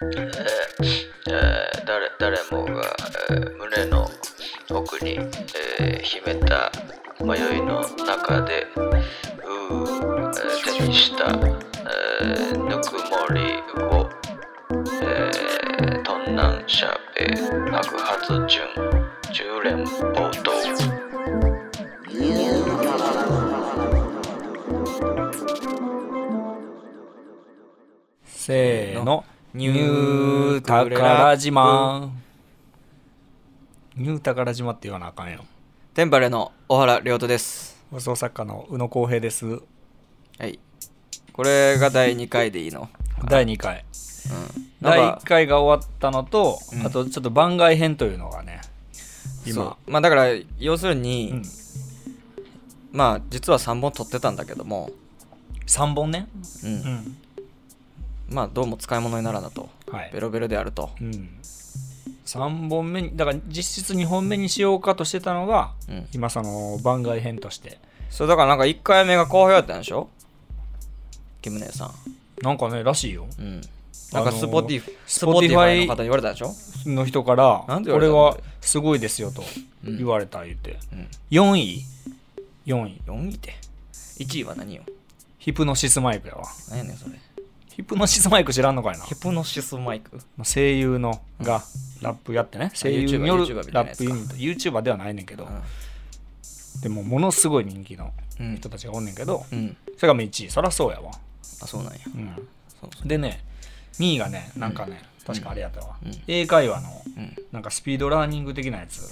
えー誰誰もが、えー胸の奥に、えー秘めた迷いの中でうー、えー手にした、えーぬくもりを、えー、トンナンシャベ白髪純十連暴動せーの、ニュー宝宝島。ニュー宝島って言わなあかんよ。テンバレの小原亮斗です。放送作家の宇野康平です。はい。これが第2回でいい の。第2回。うん。第なん1か回が終わったのと、うんあとちょっと番外編というのがね、そう今。まあだから、要するに、うん、まあ実は3本撮ってたんだけども、 3本ね。うん。うん。まあどうも使い物にならなと。はいベ。ロベロであると。うん。3本目に、だから実質2本目にしようかとしてたのが、うん。今その番外編として。それだからなんか1回目が好評やったんでしょキムネさん。なんかね、らしいよ。うん。なんかあのースポティフ、スポティファ Spotify イの方に言われたんでしょの人からなんでこ言われれたのはすごいですよと言われた言って、うん。 4位4位4位って。1位は何よヒプノシスマイクやわ何やねんそれ。ヒプノシスマイク知らんのかいなヒプノシスマイク。まあ声優のがラップやってね声優によ YouTuber みたるいなラッやプつかユニット YouTuber ではないねんけうどんでもものすごい人気のうん人。たちがおんねんけどうん。それがもう1位そらそうやわ、あ、そうなんや。うん、そうそう。でね2位がねなんかね、確かあれやったわ、うん英会話のうん。なんかスピードラーニング的なやつそれず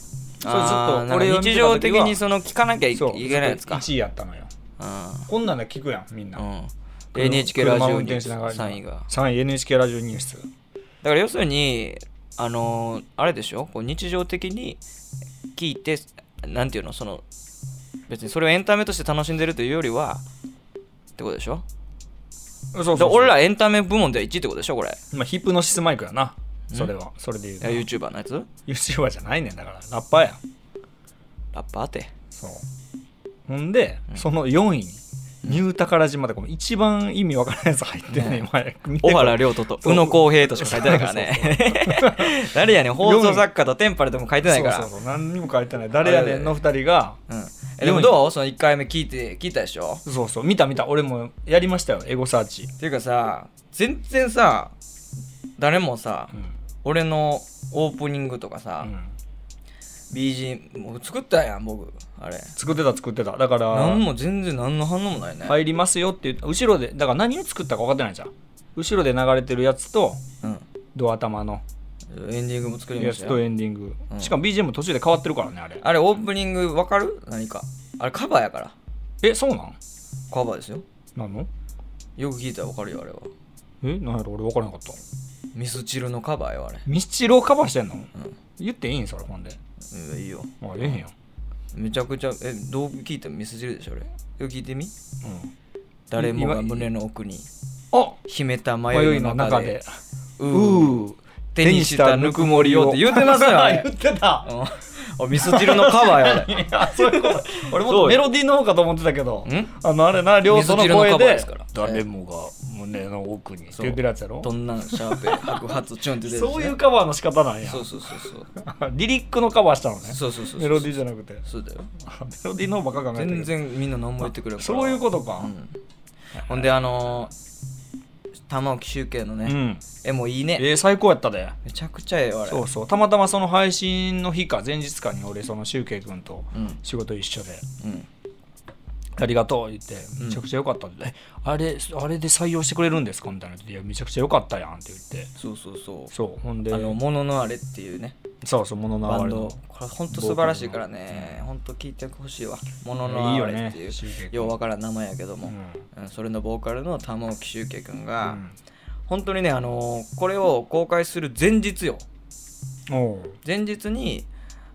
っあーとこれなをん見てかた日時は常的にその聞かなきゃいいそうけないやつか。 1位やったのようこんなんで聞くやんみんな、んうん。NHK ラジ車運オに転しながら3位が。だか3位 NHK ラジオニュースら要するに、あのーあれでしょこう日常的に聞いて、なんていうのその、別にそれをエンタメとして楽しんでるというよりは、ってことでしょそうそうで俺らエンタメ部門では1位ってことでしょこれ。まあ、ヒプノシスマイクやなそれはそれで言ういやと YouTuber のやつ YouTuber じゃないねんだからラッパーやんラッパーって。そうほんで、その4位にニュー宝島でこの一番意味わからないやつ入ってんねん今見てこ小れ原亮斗と宇野康平としか書いてないからね。 誰やねん、放送作家とテンパレとも書いてないからそう。そうそう何にも書いてない誰やねんの2人がうんえでもどうその1回目聞いて聞いたでしょそうそう見た見た俺もやりましたよエゴサーチ、っていうかさ全然さ誰もさ、うん俺のオープニングとかさ、うん BG もう作ったやん僕あれ作ってた作ってただから何も全然何の反応もないね、入りますよって言う後ろでだから何を作ったか分かってないじゃん後ろで流れてるやつとうん、ドア玉のエンディングも作りやましつたとよエンディング、うんしかも BGM 途中で変わってるからねあれあれオープニングわかる何かあれカバーやからえそうなんカバーですよなのよく聞いたらわかるよあれはえなんやろ俺分からなかったミスチルのカバーよあれミスチルをカバーしてんの、ん言っていいんそれほんでうんいいよあええへんよ、めちゃくちゃえどう聞いてもミスチルでしょ俺よく聞いてみうん、誰もが胸の奥にあ秘めた迷迷いいのの中中ででううーー手にしたぬくもりをって言うてますよあれ 言ってたうんおミスチルのカバーやでいやそういうこと俺もっそとうメよロディーの方かと思ってたけどんあのあれな両方のミスチル声のカバーでですから誰もが胸の奥にって言ってるやつやろどんなんシャーペン白髪チュンって出てるそういうカバーの仕方なんやそうそうそうそうリリックのカバーしたのねそうそうそうメロディィーじゃなくてメそうだよロディーの方ばっか考えてる全然みんな何も言ってくれるからそういうことかうんほんであのー玉置周慶のうねん絵もいいねえー最高やったでめちゃくちゃええわあれそうそうたまたまその配信の日か前日かに俺そのシュウケイ君とうん仕事一緒でうん「ありがとう」言って「んめちゃくちゃ良かった」ってえ「あれあれで採用してくれるんですか?」みたいな「いやめちゃくちゃ良かったやん」って言ってそうそうそそうほんうであの「もののあれ」っていうねそうそう「もののあバわンれドの」これ本当素晴らしいからね本当聞いてほしいわ「もののあれ」っていいよいうね周慶君ようわからん名前やけどうも、んうんそれのボーカルの玉置周慶君うが、ん本当にねあのーこれを公開する前日よおう前日に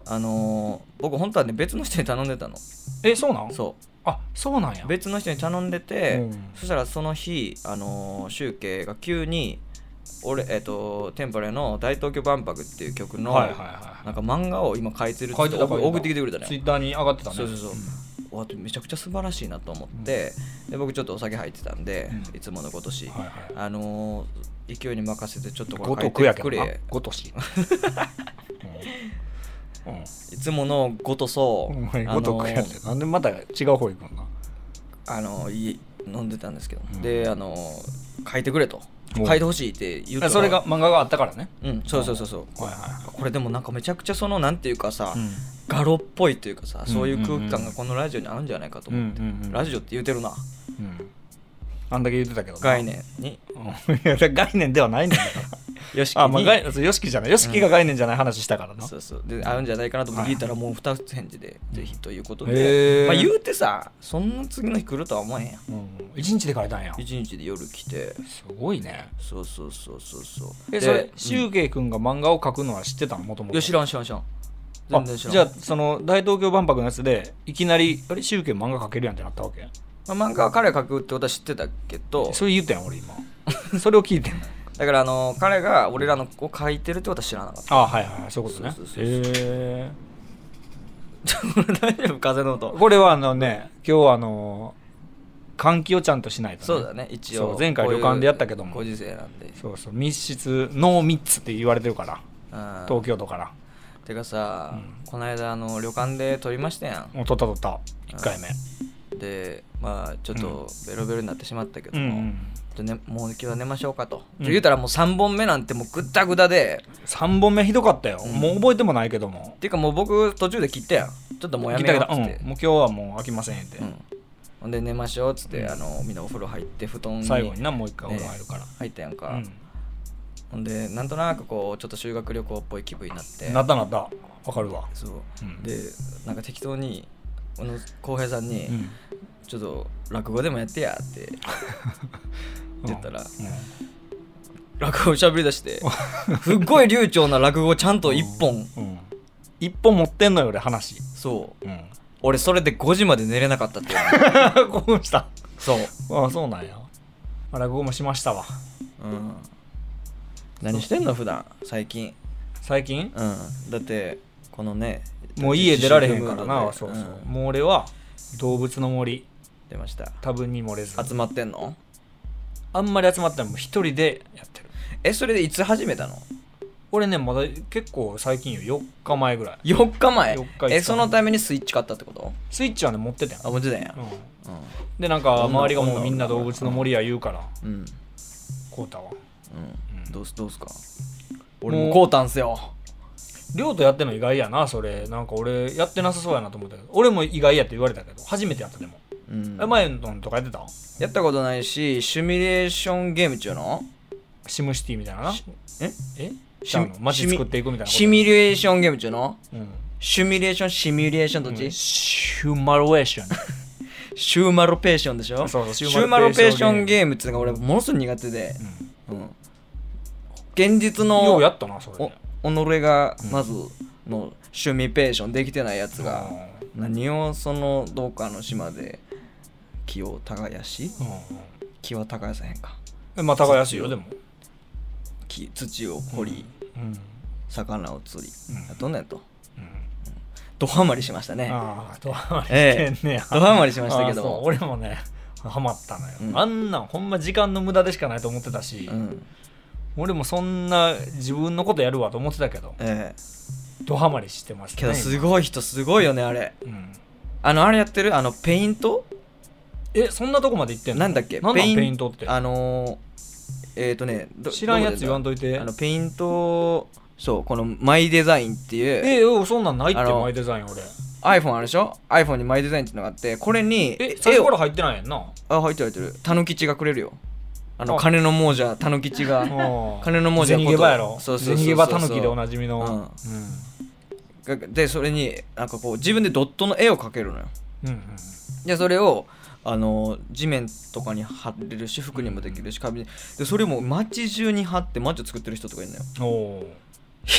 あのー僕本当はね別の人に頼んでたのえそうなんそあそうなんやう別の人に頼んでて、うんそしたらその日あのー周慶が急に俺えっ、とテンパレの「大東京万博」っていう曲の、はいはいはいなんか漫画を今書いてるっ書ていてた書いてた送ってきてくれたのよツイッターに上がってたねそうそうそう、うわめちゃくちゃ素晴らしいなと思って、で僕ちょっとお酒入ってたんで、うんいつもの今年、はいはいあのー勢いに任せてちょっとごこれとく書いやてけくどれなごと し、うんうんいつものごとそうお前ごとくやねんなんでまた違う方行くんなあのい飲んでたんですけど、うんであの書いてくれとお書いてほしいって言ったあらそれが漫画があったからねうんそうそうそうそうはいはこれでもなんかめちゃくちゃそのなんていうかさ、い、うんガロっぽいというかさそういう空気うんうん感うがんこのラジオに合うんじゃないかとう思う、んうんうん、ラジオって言うてるなうん、あんだけ言ってたけどな概念にうん いや概念ではないねんだ からよしきにあ、まあ、概念そうよしきじゃないよしきが概念じゃない話したからな、そうそうで合うんじゃないかなと思って聞いたらもう二つ返事でぜひということへで、ーまあ、言うてさそんな次の日来るとは思えへんやんうん、一日で書いたんや一日で夜来てすごいねそうそうそうそうそうえでそれうんシュウケイ君が漫画を描くのは知ってたのもともいとや知らん知らん知らんあ全然知らんじゃあその大東京万博のやつでいきなりあれシュウケイ漫画描けるやんってなったわけまあ、漫画は彼が書くってことは知ってたけどそれ言ったやん俺今 それを聞いてんのだからあの彼が俺らのを書いてるってことは知らなかっ あはいはいそういうことねそうそうそうへえた大丈夫風の音これはあのね今日はあの換気をちゃんとしないと、ね、そうだね一そ応う前回こういう旅館でやったけどもご時世なんでそうそう密室ノーミッツって言われてるからうん東京都からてかさ、この間あの旅館で撮りましたやもう取った取った1回目んでまあちょっとベロベロになってしまったけどうん、うも、ん、ちょっとね、もう今日は寝ましょうかと、うん言うたらもう3本目なんてもうぐったぐたで3本目ひどかったよ、うんもう覚えてもないけどもっていうかもう僕途中で切ったやんちょっともうや来めたよう来ったつうんっもう、て今日はもう飽きませんって、うんほんで寝ましょうっつって、あのみんなお風呂入って布団に最後になもう一回お風呂入るから、入ったやんか、うほんでなんとなくこうちょっと修学旅行っぽい気分になってん、なったなったわかるわ、そう、うんでなんか適当にこの浩平さんに、うんちょっと落語でもやってや」って言ったら、落語しゃべりだしてすっごい流暢な落語ちゃんと1本、うんうん、一本持ってんのよ俺話、そううん、 俺それで5時まで寝れなかったっていう興奮したそう、あそうなんやあ落語もしましたわうん、何してんの普段最近、最近うん、だってこのねもう家出られへんからな自そう粛ムードでそう、んもう俺は動物の森出ました多分に漏れず集まってんのあんまり集まったらもう一人でやってるえそれでいつ始めたの俺ねまだ結構最近よ4日前ぐらい4日前4日えそのためにスイッチ買ったってことスイッチはね持ってたよ、あもちろんやう、ん、うんでなんかどんな周りがもうみんな動物の森や言うからうんこうたわうん、どうすどうすか俺俺ももこうたんすよ亮とやってんの意外やなそれなんか俺やってなさそうやなと思ったけど俺も意外やって言われたけど初めてやったでも、うんえ前のとかやってたやったことないしシミュレーションゲームっちゅうのシムシティみたいななしええシちゃうの街作っていくみたいなことシミュレーションゲームっちゅうのうんシミュレーションシミュレーションどっち、シュマロエーションシューマロペーションでしょそうそうシシュューーママロロペペーーシショョンンゲゲームっていうのが俺ものすごい苦手で、 うん現実ようやのったなそれお己がまずのシュミペーションできてないやつが、何をそのどうかの島で木を耕しうんうん木は耕さへんかえまあ高安いよでも木土を掘り、うん魚を釣り、うんやっとんねんとうんドハマりしましたねああ、ドハマりしてえんえねや。ドハマりしましたけああそうど俺もね、ハマったのよ。うんあんなん、ほんま時間の無駄でしかないと思ってたし、うん俺もそんな自分のことやるわと思ってたけど、ええドハマりしてますね。けどすごい人すごいよねあれ今うんあのあれやってるあのペイントえ、そんなとこまで行ってんのなんだっけなんペインペイントって。あのー、えっ、ー、とねど知らんやつ言わんといてあ。のペイントそうこのマイデザインっていうえ、おそんなんないって、あのマイデザイン俺。 iPhone あるでしょ ?iPhone にマイデザインっていうのがあってこれにえ、最初をから入ってないやんな。あ入ってる入ってるたぬきちがくれるよあのあ金の亡 者たぬきちが金 金の亡者銭ゲバやろ。そうそうそうそう銭ゲバたぬきでおなじみの。がでそれになんかこう自分でドットの絵を描けるのようん。うん。でそれをあの地面とかに貼れるし服にもできるし壁にでそれも街中に貼って街を作ってる人とかいるのようん。おー。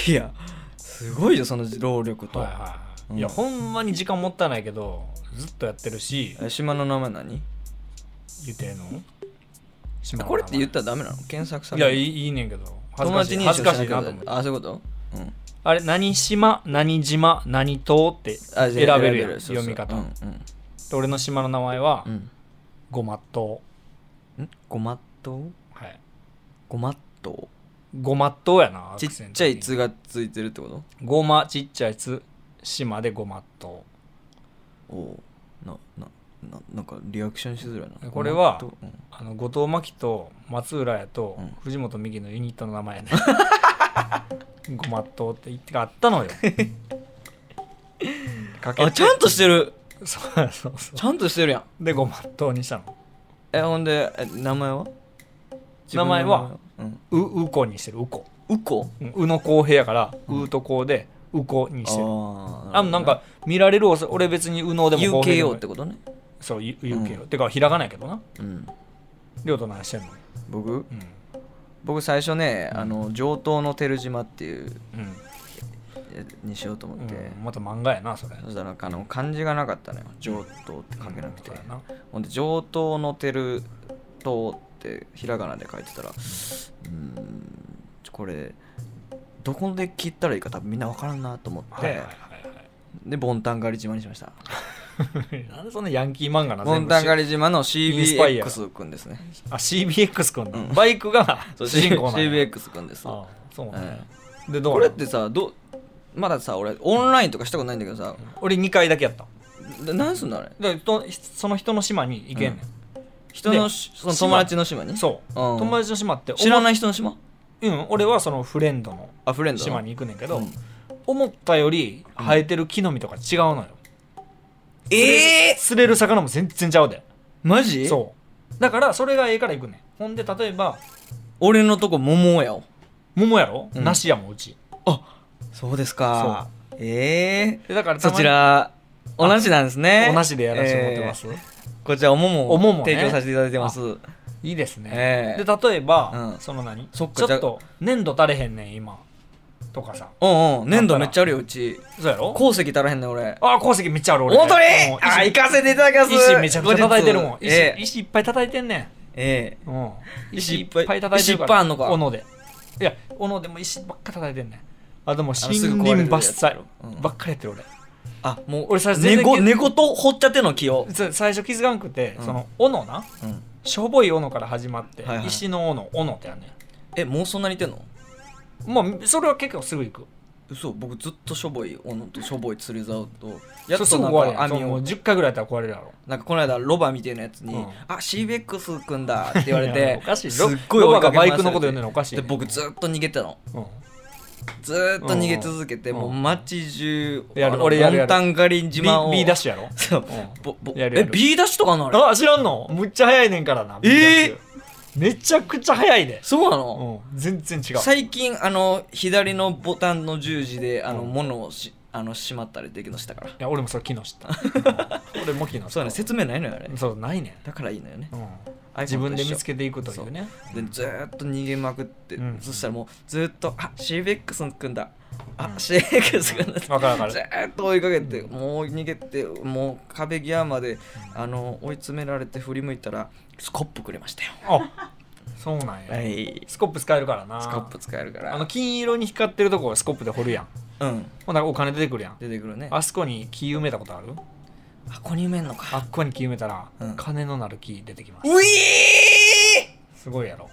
いやすごいよその労力と、はいはい、うんいやほんまに時間もったいないけどずっとやってるしえ島の名前何言ってええの島の名前これって言ったらダメなの検索さいれやるいいいいねんけど恥ず友かし達いに恥ずかしいなと思ってああそういうことうんれ何島何島何島ってあ選じゃあべるやんそうそう読み方、うんうんで俺の島の名前は、うんごまっとんごまっとうはいごまっとごまっとうやなちっちゃい「つつ」がついてるってことごまちっちゃい「つ」島でごまっとおおななななんかリアクションしづらいなこれはごまっとうんうあの後藤真希と松浦やとうん藤本美貴のユニットの名前やね ごまっとうって言ってあったのよかけてあちゃんとしてるそうそうそちゃんとしてるやんうでごまっとうにしたのえほんでえ名前は名前は、自分の名前うん、ううこにしてるうこウコうんうのこうへやから、ううんうとこうでうこにしてるああなんか見られるおそ俺別にうのうでもこうへでも UKO ってことねそうゆ UKO、てかひらがないけどなうん亮と何してんの僕うん僕最初ねあの上等の照島っていううんえにしようと思って、うん、また漫画やなそれそしたらなんかあの漢字がなかったのよ上等って書けなくて、うんそうやなほんで上等のてる等ってひらがなで書いてたらうーんこれどこで切ったらいいか多分みんな分からんなと思って、はいはいでボンタン狩り島にしましたはいはいなんでそんなヤンキー漫画なボンタ全部ンし狩り島のインスパイア CBX 君ですねあ CBX くんだ、うんバイクが そう主人公なんや CBX 君ですああそうね、えでどうこなれのってさどうまださ俺オンラインとかしたことないんだけどさ俺2回だけやったな何すんのあれでとその人の島に行けんねん、人のしその友達の島にそう、うん友達の島って知らないい人の島うん俺はそのフレンドのあフレンドの島に行くねんけど、うん思ったより生えてる木の実とか違うのよ、ええ釣れる魚も全然ちゃうでマジそうだからそれがええから行くねんほんで例えば俺のとこ桃やお桃やろ、うん梨やもんうちそうですかええでだからたそまにちら同じなんですねおなしでやらせてもらってます、えーこちらお桃お桃ね提供させていただいてますいいですね、ええで例えば、うんその何そっかちょっと粘土垂れへんねん今とかさうんうん粘土めっちゃあるようちそうやろ鉱石足らへんねん俺ああ鉱石めっちゃある俺本当にもう石あ行かせていただきます石めちゃくちゃ叩いてるもん後日石,、ええ石いっぱい叩いてんねえん、うん、石いっぱいぱい叩いてるから石いっぱいあんのか斧でいや斧でも石ばっか叩いてんねんあでもす森ぐ林壊れるやつ伐うん採ばっかりやってる俺えあもう俺俺ささ全根然ご根ごと掘っちゃっての木をそう最初気づかんくて、うんその斧なうんしょぼい斧から始まって、はいはい石の斧斧ってやんねえもうそんなに似てんのんもうそれは結構すぐいく嘘僕ずっとしょぼい斧としょぼい釣り竿とややっすとぐなん壊れるかやん網そうもうを10回ぐらいやったら壊れるやろなんかこの間ロバみたいなやつに「うんあシーベックスくんだ」って言わ れいやておかしいすっごい追いかけ回さロバがバイれてクのこと言うのにおかしいねで僕ずっと逃げてたのうんずーっと逃げ続けて、うんもう街中やるあの俺やるやるボンタン狩り島を B, B ダッシュやろ そう、んぼぼやるやるえ B ダッシュとかあんのあれあ知らんのむっちゃ早いねんからなえー B ダッシュめちゃくちゃ早いで、そうなうの、ん、全然違う最近あの左のボタンの十字であの、うん物をしあの閉まったりできるのしたからいや俺もそれ昨日知 った、うん俺も昨日知ったそうだね説明ないのよあれそうないねだからいいのよねん、うん、 iPhone 自分で見つと一緒けていくというねでずーっと逃げまくって、うんそしたらもうずーっと「あシーベックスくんだ」あ「シーベックスくんだ」わかるわか ずるーっと追いかけてもう逃げてもう壁際まであの追い詰められて振り向いたらスコップくれましたよあそうなんや、はいスコップ使えるからなスコップ使えるからあの金色に光ってるとこをスコップで掘るやんうんほんならお金出てくるやん出てくるねああそこに木埋めたことあるここに埋めんのあかっこに木埋めたら、うん金のなる木出てきますういすごいやろ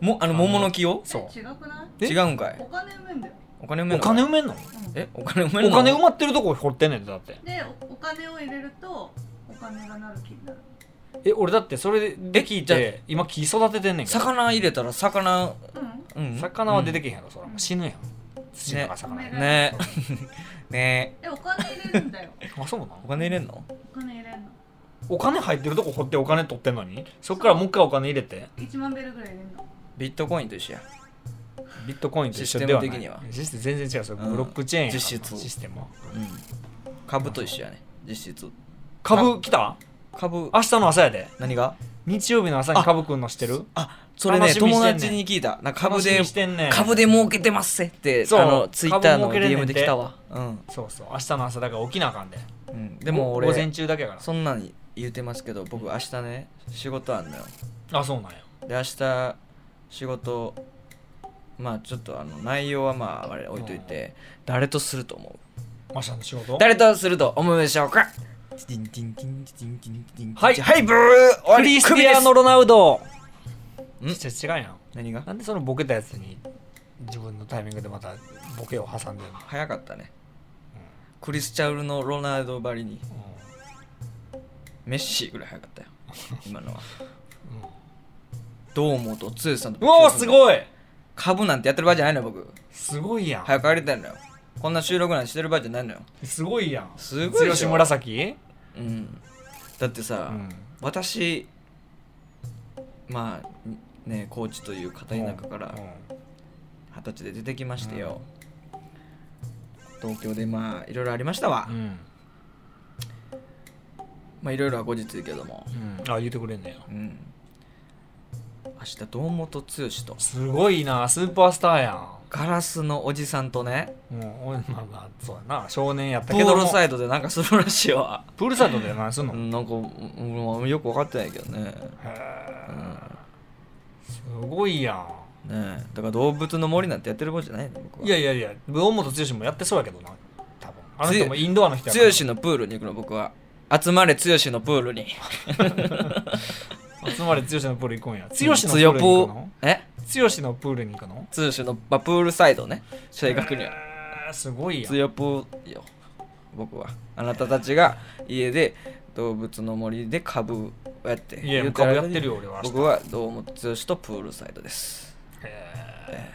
ーもあの桃の木をそうえ違くなえい違うんかいお金埋めんだよ、お金埋めおんのかい金埋めんのうんえお金埋めんおの金埋まってるとこ掘ってんねんでだってでおお金を入れるとお金がなる気になるえ俺だってそれで聞いじゃあて今木育ててんねんけど魚入れたら魚うんうん魚は出てけへんやろそら死ぬやん土の中魚やけんないね ねえお金入れるんだよあそうなおの金入れんのお金入れるのお金入ってるとこ掘ってお金取ってんのにそっからもう一回お金入れて1万ベルぐらい入れるのビットコインと一緒やビットコインと一緒ではないシステム的にはシステム全然違うそれうんブロックチェーンやから実質システムはうん株と一緒やね実質株来た株明日の朝やで何が日曜日の朝に株くんの知ってるあそれね楽しみしてん友ねん達に聞いたなんか楽株しでみしてんねん株で儲けてますってそうあのツイッターの株儲けれんねん DM てできたわうん、そうそう明日の朝だから起きなあかんでうん、でも午前俺中だけやかそんなん言うてますけど僕明日ね仕事あんのよらあそうなんやで明日仕事まあちょっとあの内容はまああれ置いといて誰とすると思う明日の仕事誰とすると思うでしょうかティンティンティンティンティンティンティンはいはいブー終わクりリステクビでィアすーノ・ロナウドん違うやん何がなんでそのボケたやつに自分のタイミングでまたボケを挟んでるの、早かったねクリスチャルのロナウドばりにメッシぐらい早かったよ今のはどうもと剛さんうとわーすいごい株なんてやってる場合じゃないのよ僕すごいやん、早く帰りたいのよこんな収録なんてしてる場合じゃないのよすごいやんすごいでし吉ょ紫、うんだってうさ、ん、私まあねコーチという片田舎から二十歳で出てきましてよ、東京でまあいろいろありましたわ、うん、うんまあいろいろは後日言うけども、うんあ言ってくれんねやうん、明日堂本剛とすごいなスーパースターやんガラスのおじさんとねうん、おいまあまあそうやな少年やったプけどーもルサイドでなんかするらしいわ、プールサイドで何すんの、うへん、なんか、うんうんよく分かってないけどね、うえん、すごいやんねえだから動物の森なんてやってる方じゃないの僕はいやいやいや堂本剛もやってそうやけどな多分あの人もインドアの人やから剛のプールに行くの僕は集まれ剛のプールにつまり剛のプール行くんや剛のププールに行くのえ剛のプールに行くの剛の、まあ、プールサイドね正確にはえーすごいやん強プーよ僕はあなたたちが家で動物の森で株をやっていや言うもう株るやっ間にてるよ俺は明日僕は堂本剛とプールサイドですへ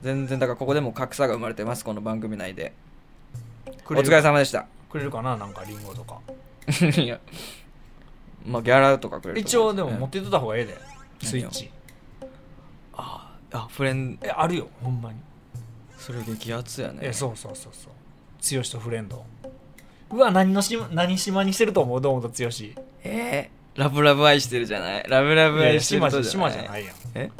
全然だからここでも格差が生まれてますこの番組内でーおくれる疲れ様でした くれるかななんかリンゴとかいやまあギャラとかくれる一と思応うでも持っていっとった方がええでスイッチああフレンえあるよほんまにそれ激アツやねえそうそうそうそう剛とフレンドうわ何の島何島にしてると思う堂本剛いえーラブラブ愛してるじゃないラブラブやい愛やしてる島じとゃじゃ島ないじゃないやんえ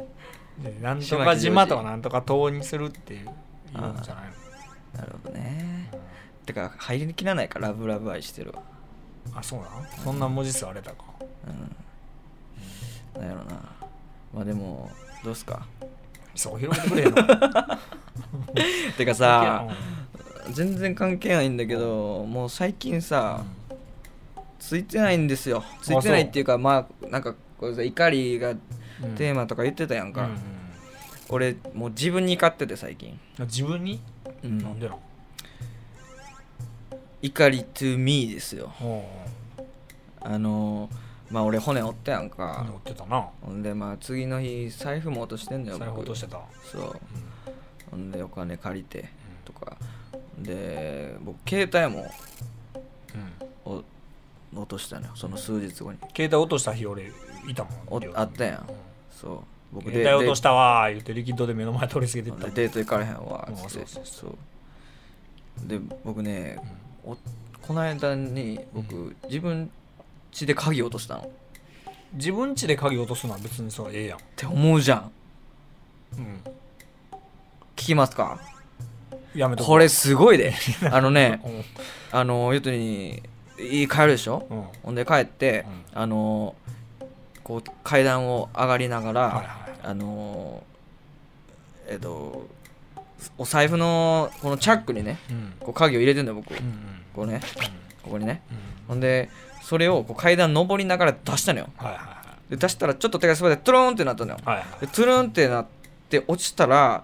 でなんと島か島木ジョーとジかなんとか島にするっていう言うんじゃないのなるほどねうんてか入りきらないからラブラブ愛してるわあそうなんそんな文字数あれたかなんやろなまあでもどうっ すかそう広げてくれよなてかさ全然関係ないんだけどもう最近さついてないんですよついてないっていうかまあなんかこれさ怒りがテーママとか言ってたやんか、俺もう自分に怒ってて最近、自分にうんなんでなん怒り to me ですよほあのーまあ俺骨折ったやんうか乗ってたなほんでまあ次の日財布も落としてんのよ財布落としてたそううほんでお金借りてとかで僕携帯もんうんお落としたのよその数日後に携帯落とした日俺いたもおんあったやうんんそう僕携帯落としたわー言ってリキッドで目の前通り過ぎてデっーたトでデート行かれへんわうんつってそうそうそうで僕ねおこの間に僕自分家で鍵落としたのっ自分家で鍵落とすのは別にそうええやんて思うじゃんうん聞きますかやめとこれすご いであのねうんあの要するにい帰るでしょうんはほんで帰ってうあのこう階段を上がりながいらはいあのーえっとお財布のこのチャックにねうんこう鍵を入れてんだよ僕うんうんこうねここにねうんほんでそれをこう階段上りながら出したのよはいはで出したらちょっと手がすばでトゥルーンってなったのよいはいはいはいでトゥルーンってなって落ちたら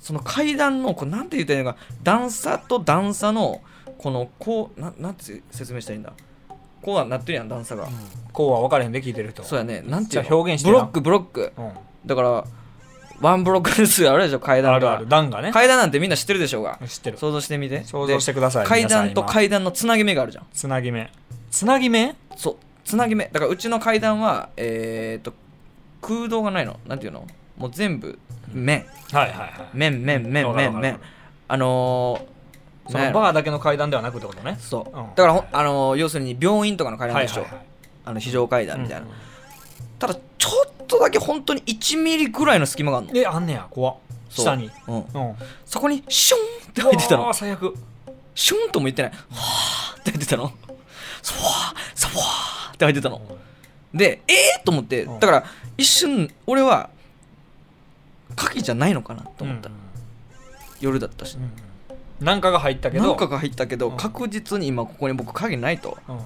その階段のこうなんて言ったらいいのか段差と段差のこのこうななんて説明したらいいんだこうはなってるやん段差が、こうは分からへんで聞いてる人そうやねなんてじいうゃあの表現してブなロックブロックうん、だからワンブロックですよあるでしょ階段があるある段がね階段なんてみんな知ってるでしょうが知ってる想像してみて想像してくでださい階段皆さとん今階段のつなぎ目があるじゃんつなぎ目つなぎ目そうつなぎ目だからうちの階段はえー、と空洞がないのなんていうのもう全部面はいはいはい面面面わかるわ面かる面あのー、そなんやのろバーだけの階段ではなくってことねそう、んだからほんあのー要するに病院とかの階段はいでしはょ、いはいあの非常階段みたいな、うんただちょっとだけ本当に1ミリぐらいの隙間があるのえあんねや怖っそう下にうん、うんそこにシュンって入ってたうわのー最悪シュンとも言ってないはあって入ってたのそわーそわーって入ってたのでええー、と思ってうんだから一瞬俺は鍵じゃないのかなと思った、うん夜だったしうんうんなんかが入ったけど何かが入ったけどうん確実に今ここに僕鍵ないとうん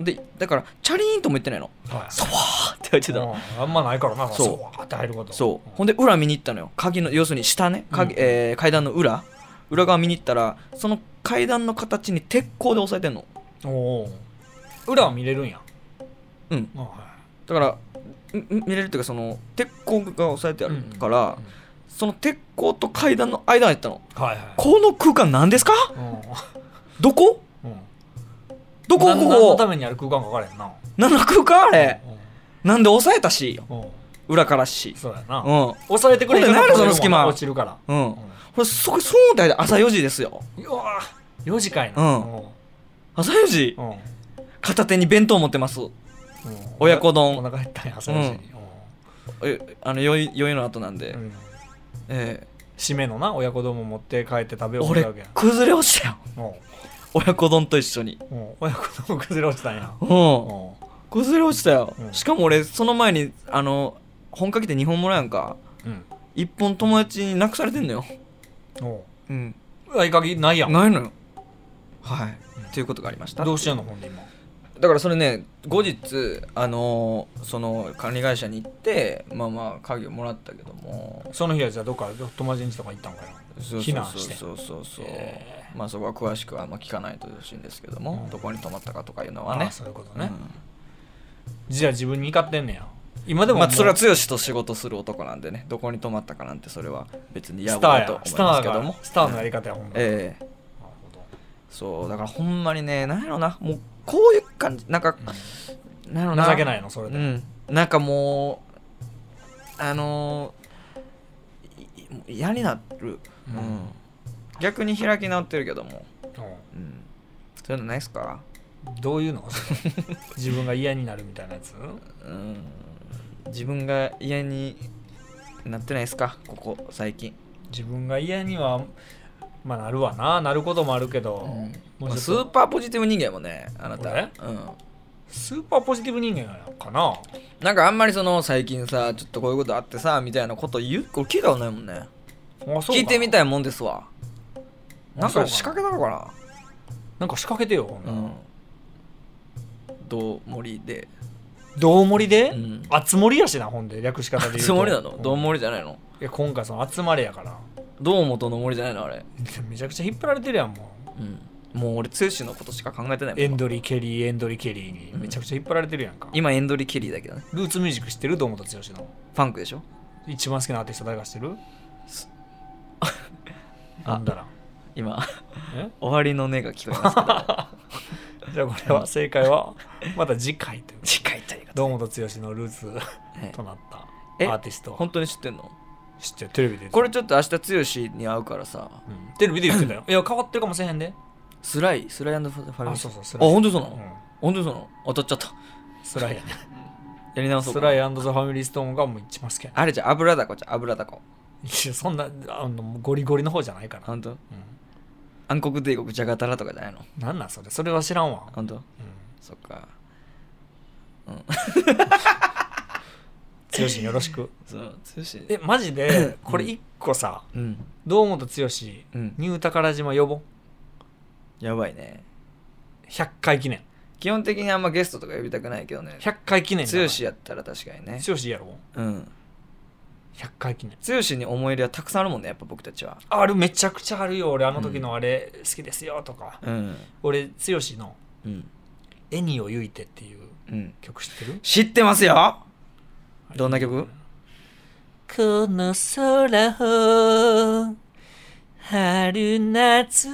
でだからチャリーンとも言ってないのはいソワーって入ってたのうんあんまないからな、まあ、そうそうわーって入ることそうほんで裏見に行ったのよ鍵の要するに下ね鍵、えー階段の裏裏側見に行ったらその階段の形に鉄鋼で押さえてんのうおー裏は見れるんやうんあはだからんん見れるっていうかその鉄鋼が押さえてあるから、うんその鉄鋼と階段の間に行ったのいはいはいこの空間何ですかうどこんうんどこな何のこたこめにある空間か分からへんな何の空間あれうなんで押さえたしんうん裏からしそうやうなん押されてくれへんかったらほんで何やその隙間落ちるからううんんこれそこそうみたいで朝4時ですようわー4時かいなうん朝4時うんうん片手に弁当持ってますうん親子丼お腹減ったんや朝4時にえあの酔い酔いの後なんで、うんうんえ締めのな親子丼も持って帰って食べえよう思っ俺たわけや崩れ落ちたよう親子丼と一緒にんうん親子丼崩れ落ちたんやうんうん崩れ落ちたよ、うんしかも俺その前にあの本かけて2本もらうやんかうん1本友達になくされてんのよおうんう合鍵ないやんないのよはい、うんということがありましたどうしてんのほんで今だからそれね後日あのーその管理会社に行ってまあまあ鍵をもらったけどもその日はじゃあどっか友達ん家とか行ったんかなそう避難してそうそうそうそう、へまあそこは詳しくはあんま聞かないとよろしいんですけども、うんどこに泊まったかとかいうのはねそういうことねじゃあ自分に怒ってんねや今ででももまもあ、うそれは剛と仕事する男なんでねどこに泊まったかなんてそれは別に野スタ望ーだとや思いスタますーけどがもスターのやり方やほんまなるええほどそうだからほんまにねなんやろなもうこういう感じなんか、なんやろな情けないのそれうで、ん、なんかもうあのーいい嫌になうる、んうん逆に開き直ってるけども、うん、そういうのないっすかうんどういうの 自分が嫌になるみたいなやつうん自分が嫌になってないっすかここ最近、自分が嫌にはまあなるわななることもあるけど、もうまあちスょーっとパーポジティブ人間やもんねあなた、う俺ん、スーパーポジティブ人間やかななんかあんまりその最近さちょっとこういうことあってさみたいなこと言うこれ聞いたことないもんね聞いてみたいいもんですわなんか仕掛けたのかなんか仕掛けてよ、ほんななうらんどう森でどう盛りで、うんあつ森やしなほんで略し方で言うとつもりなのうんどう森じゃないのいや今回その集まれやからどうもとの森じゃないのあれめちゃくちゃ引っ張られてるやんもううんもう俺剛のことしか考えてないもんエンドリー・ケリーエンドリー・ケリーにめちゃくちゃ引っ張られてるやんか、今エンドリー・ケリーだけどねルーツミュージック知ってる堂本剛のファンクでしょ一番好きなアーティスト誰か知って るなんだら今え 終わりの音が聞こえますけ どじゃあこれは正解はまた次回という次回ということ堂本剛のルーツではいとなっえたアーティスト本当に知ってんの知ってるテレビでこれ、ちょっと明日剛に会うからさうんテレビで言ってたよいや変わってるかもしれへんでスライスライファミあリそうーそうスあライ本当にそうなうのん本当にそうなの当たっちゃったスライやり直そうスかライザ・ファミリー・ストーンがもう一番好きやねあれじゃん油だこじゃん油だこい やそんなあのゴリゴリの方じゃないから、う本ん、当暗黒帝国ジャガタラとかじゃないのなんなんそれそれは知らんわ、本当うん、そっか剛によろしくそう剛えマジでこれ一個さうん堂本剛うんニュー宝島呼ぼうやばいね100回記念基本的にあんまゲストとか呼びたくないけどね100回記念だな剛やったら確かにね剛いいやろうん100回記念剛に思い入れはたくさんあるもんねやっぱ僕たちはあれめちゃくちゃあるよ俺あの時のあれ好きですよとか、うん俺剛のうん「絵にをゆいて」っていううん曲知ってる知ってますよどんな曲この空を春夏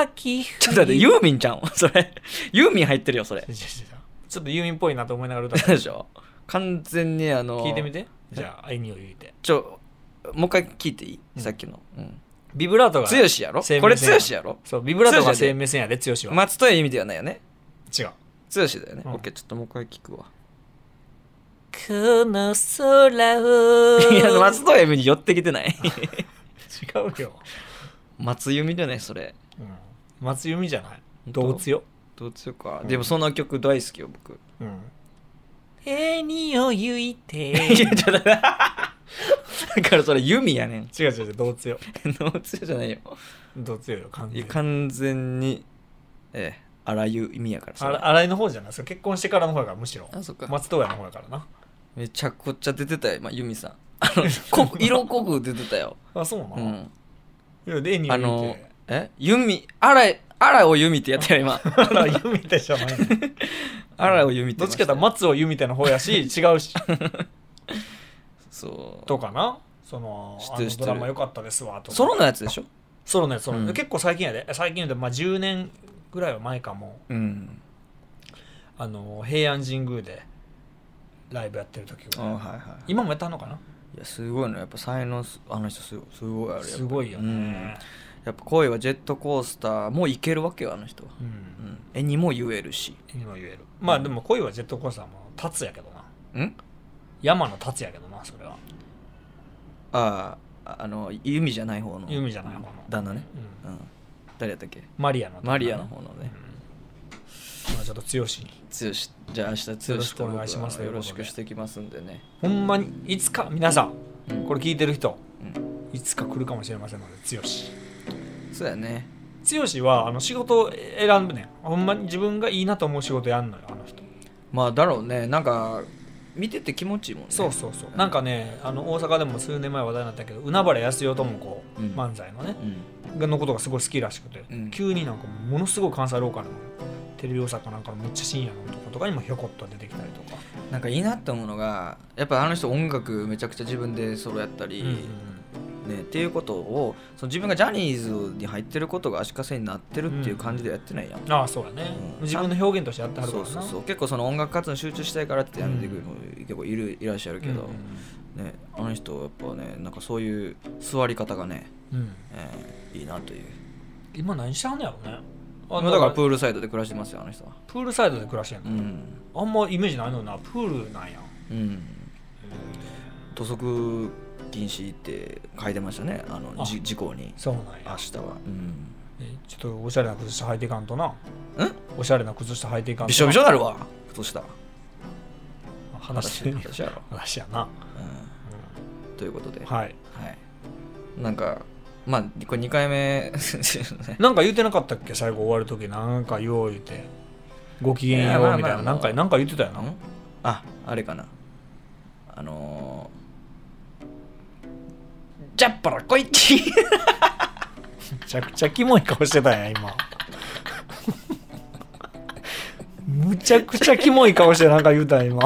秋冬ちょっと待ってユーミンちゃん それユーミン入ってるよそれちょっとユーミンっぽいなと思いながら歌ってでしょ完全にあの聞いてみてじゃあ「愛にを言うてちょもう一回聞いていい、うんさっきの、うん、」ビブラートが剛やろ生命線これ剛やろそうビブラート剛がやで生命線やで剛は、松任谷由実ではないよね違う剛だよね、うんオッケーちょっともう一回聞くわこの空をいや松任谷由実に寄ってきてない 違うよ、松由実じゃないそれうん、松由美じゃない本当動物よどう強うか、うんでもその曲大好きよ僕うんえにをゆいていやちょっと だからそれ由実やねん 違う違う違う動物よ能強じゃないよ動物よ完全に完全にええあらゆう意味やからあさら新井の方じゃないですか結婚してからの方やからむしろあそっか松任谷の方やからなめちゃくちゃ出てたよ、まあ、ユミさんあの 濃く色濃く出て たよ、あそうなうの、ん、いやでユミあっのてえユミあらあらをユミってやったよ 今あらユミってじゃない のあらをユミってどっち言いまかしたというと松尾由みたいな方やし違うし そうとかなその知っあてるの知ってるドラマ良かったですわとかソロのやつでしょソロのやつソロのやつうん結構最近やで最近で、まあ、10年ぐらいは前かもうんあの平安神宮でライブやってる時あはいははい今もやったのかないやすごいのやっぱ才能すあの人すごいすごいあれやっぱすごいよね、やっぱ恋はジェットコースターもいけるわけよあの人は、うんうん、絵にも言えるしにも言えるまあでも恋はジェットコースターも立つやけどなん山の立つやけどなそれは、あああのユミじゃない方のユミじゃない方の旦那ね、うんうん、誰やったっけマリアのマリアの方のねまあちょっと強しに剛じゃあ明日剛とよろしくお願いします僕はよろしくしてきますんでねほんまにいつか皆さうんんこれ聞いてる人、ういつか来るかもしれませんので剛そうやね剛はあの仕事を選ぶねんほんまに自分がいいなと思う仕事やんのよあの人まあだろうねなんか見てて気持ちいいもんねそうそうそう、なんかねあの大阪でも数年前話題になったけど海原康代智子、うん漫才のねうんがのことがすごい好きらしくて、うん急になんかものすごい関西ローカルのテレビ大阪なんかのめっちゃ深夜のとことかにもひょこっと出てきたりとか、なんかいいなって思うのがやっぱあの人音楽めちゃくちゃ自分でソロやったり、うんうんね、っていうことをその自分がジャニーズに入ってることが足かせになってるっていう感じでやってないやん、うんああそうやね、うん自分の表現としてやってはるかそらうなそうそう結構その音楽活動に集中したいからってやめてくるのも結構いるいらっしゃるけど、ね、あの人はやっぱねなんかそういう座り方がね、うんうんうんえーいいなという今何してはんのやろねあまあだからプールサイドで暮らしてますよあの人はプールサイドで暮らしてんうの、んあんまイメージないのになプールなんやうん土足禁止って書いてましたねあのあじ事故にそうなんや明日は、うん、えちょっとおしゃれな靴下履いていかんとなんおしゃれな靴下履いていかんとなびしょびしょになるわ靴下話裸足やろ、話やな、うん、ということで、はいはい、なんかまあこれ2回目 ですよねなんか言ってなかったっけ最後終わる時なんかよう言うてご機嫌ようみたいいやまあまあまなあなんかなんか言ってたよな、んああれかなあのー、ジャッパラこいっち めちゃくちゃキモい顔してたんや今むちゃくちゃキモい顔してなんか言うたん や今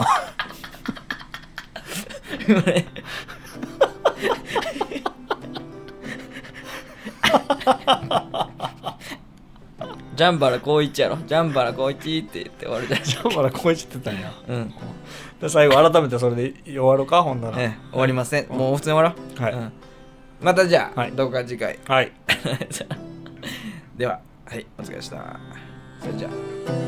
ジャンバラこいちやろジャンバラこいちって言って終わるじゃんジャンバラ声してたんやうん、で最後改めてそれで終わろうかほんなら、ね、終わりません、もう普通に終わろう、はいうんまたじゃあ、はいどうか次回 はいじゃあでははいお疲れ様でしたそれじゃあ